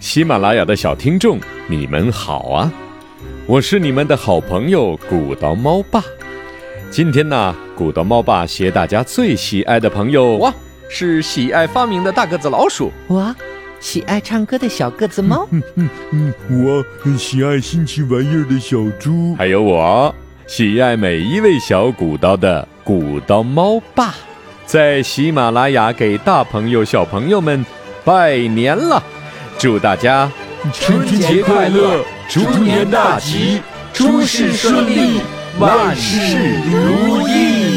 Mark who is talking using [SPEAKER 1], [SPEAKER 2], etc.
[SPEAKER 1] 喜马拉雅的小听众，你们好啊！我是你们的好朋友古刀猫爸。今天呢，古刀猫爸携大家最喜爱的朋友
[SPEAKER 2] 我是喜爱发明的大个子老鼠，
[SPEAKER 3] 我喜爱唱歌的小个子猫，
[SPEAKER 4] 嗯，我很喜爱新奇玩意儿的小猪。
[SPEAKER 1] 还有我喜爱每一位小古刀的古刀猫爸，在喜马拉雅给大朋友、小朋友们拜年了，祝大家
[SPEAKER 4] 春节快乐，
[SPEAKER 1] 猪
[SPEAKER 4] 年大吉，
[SPEAKER 5] 诸事顺利，万事如意。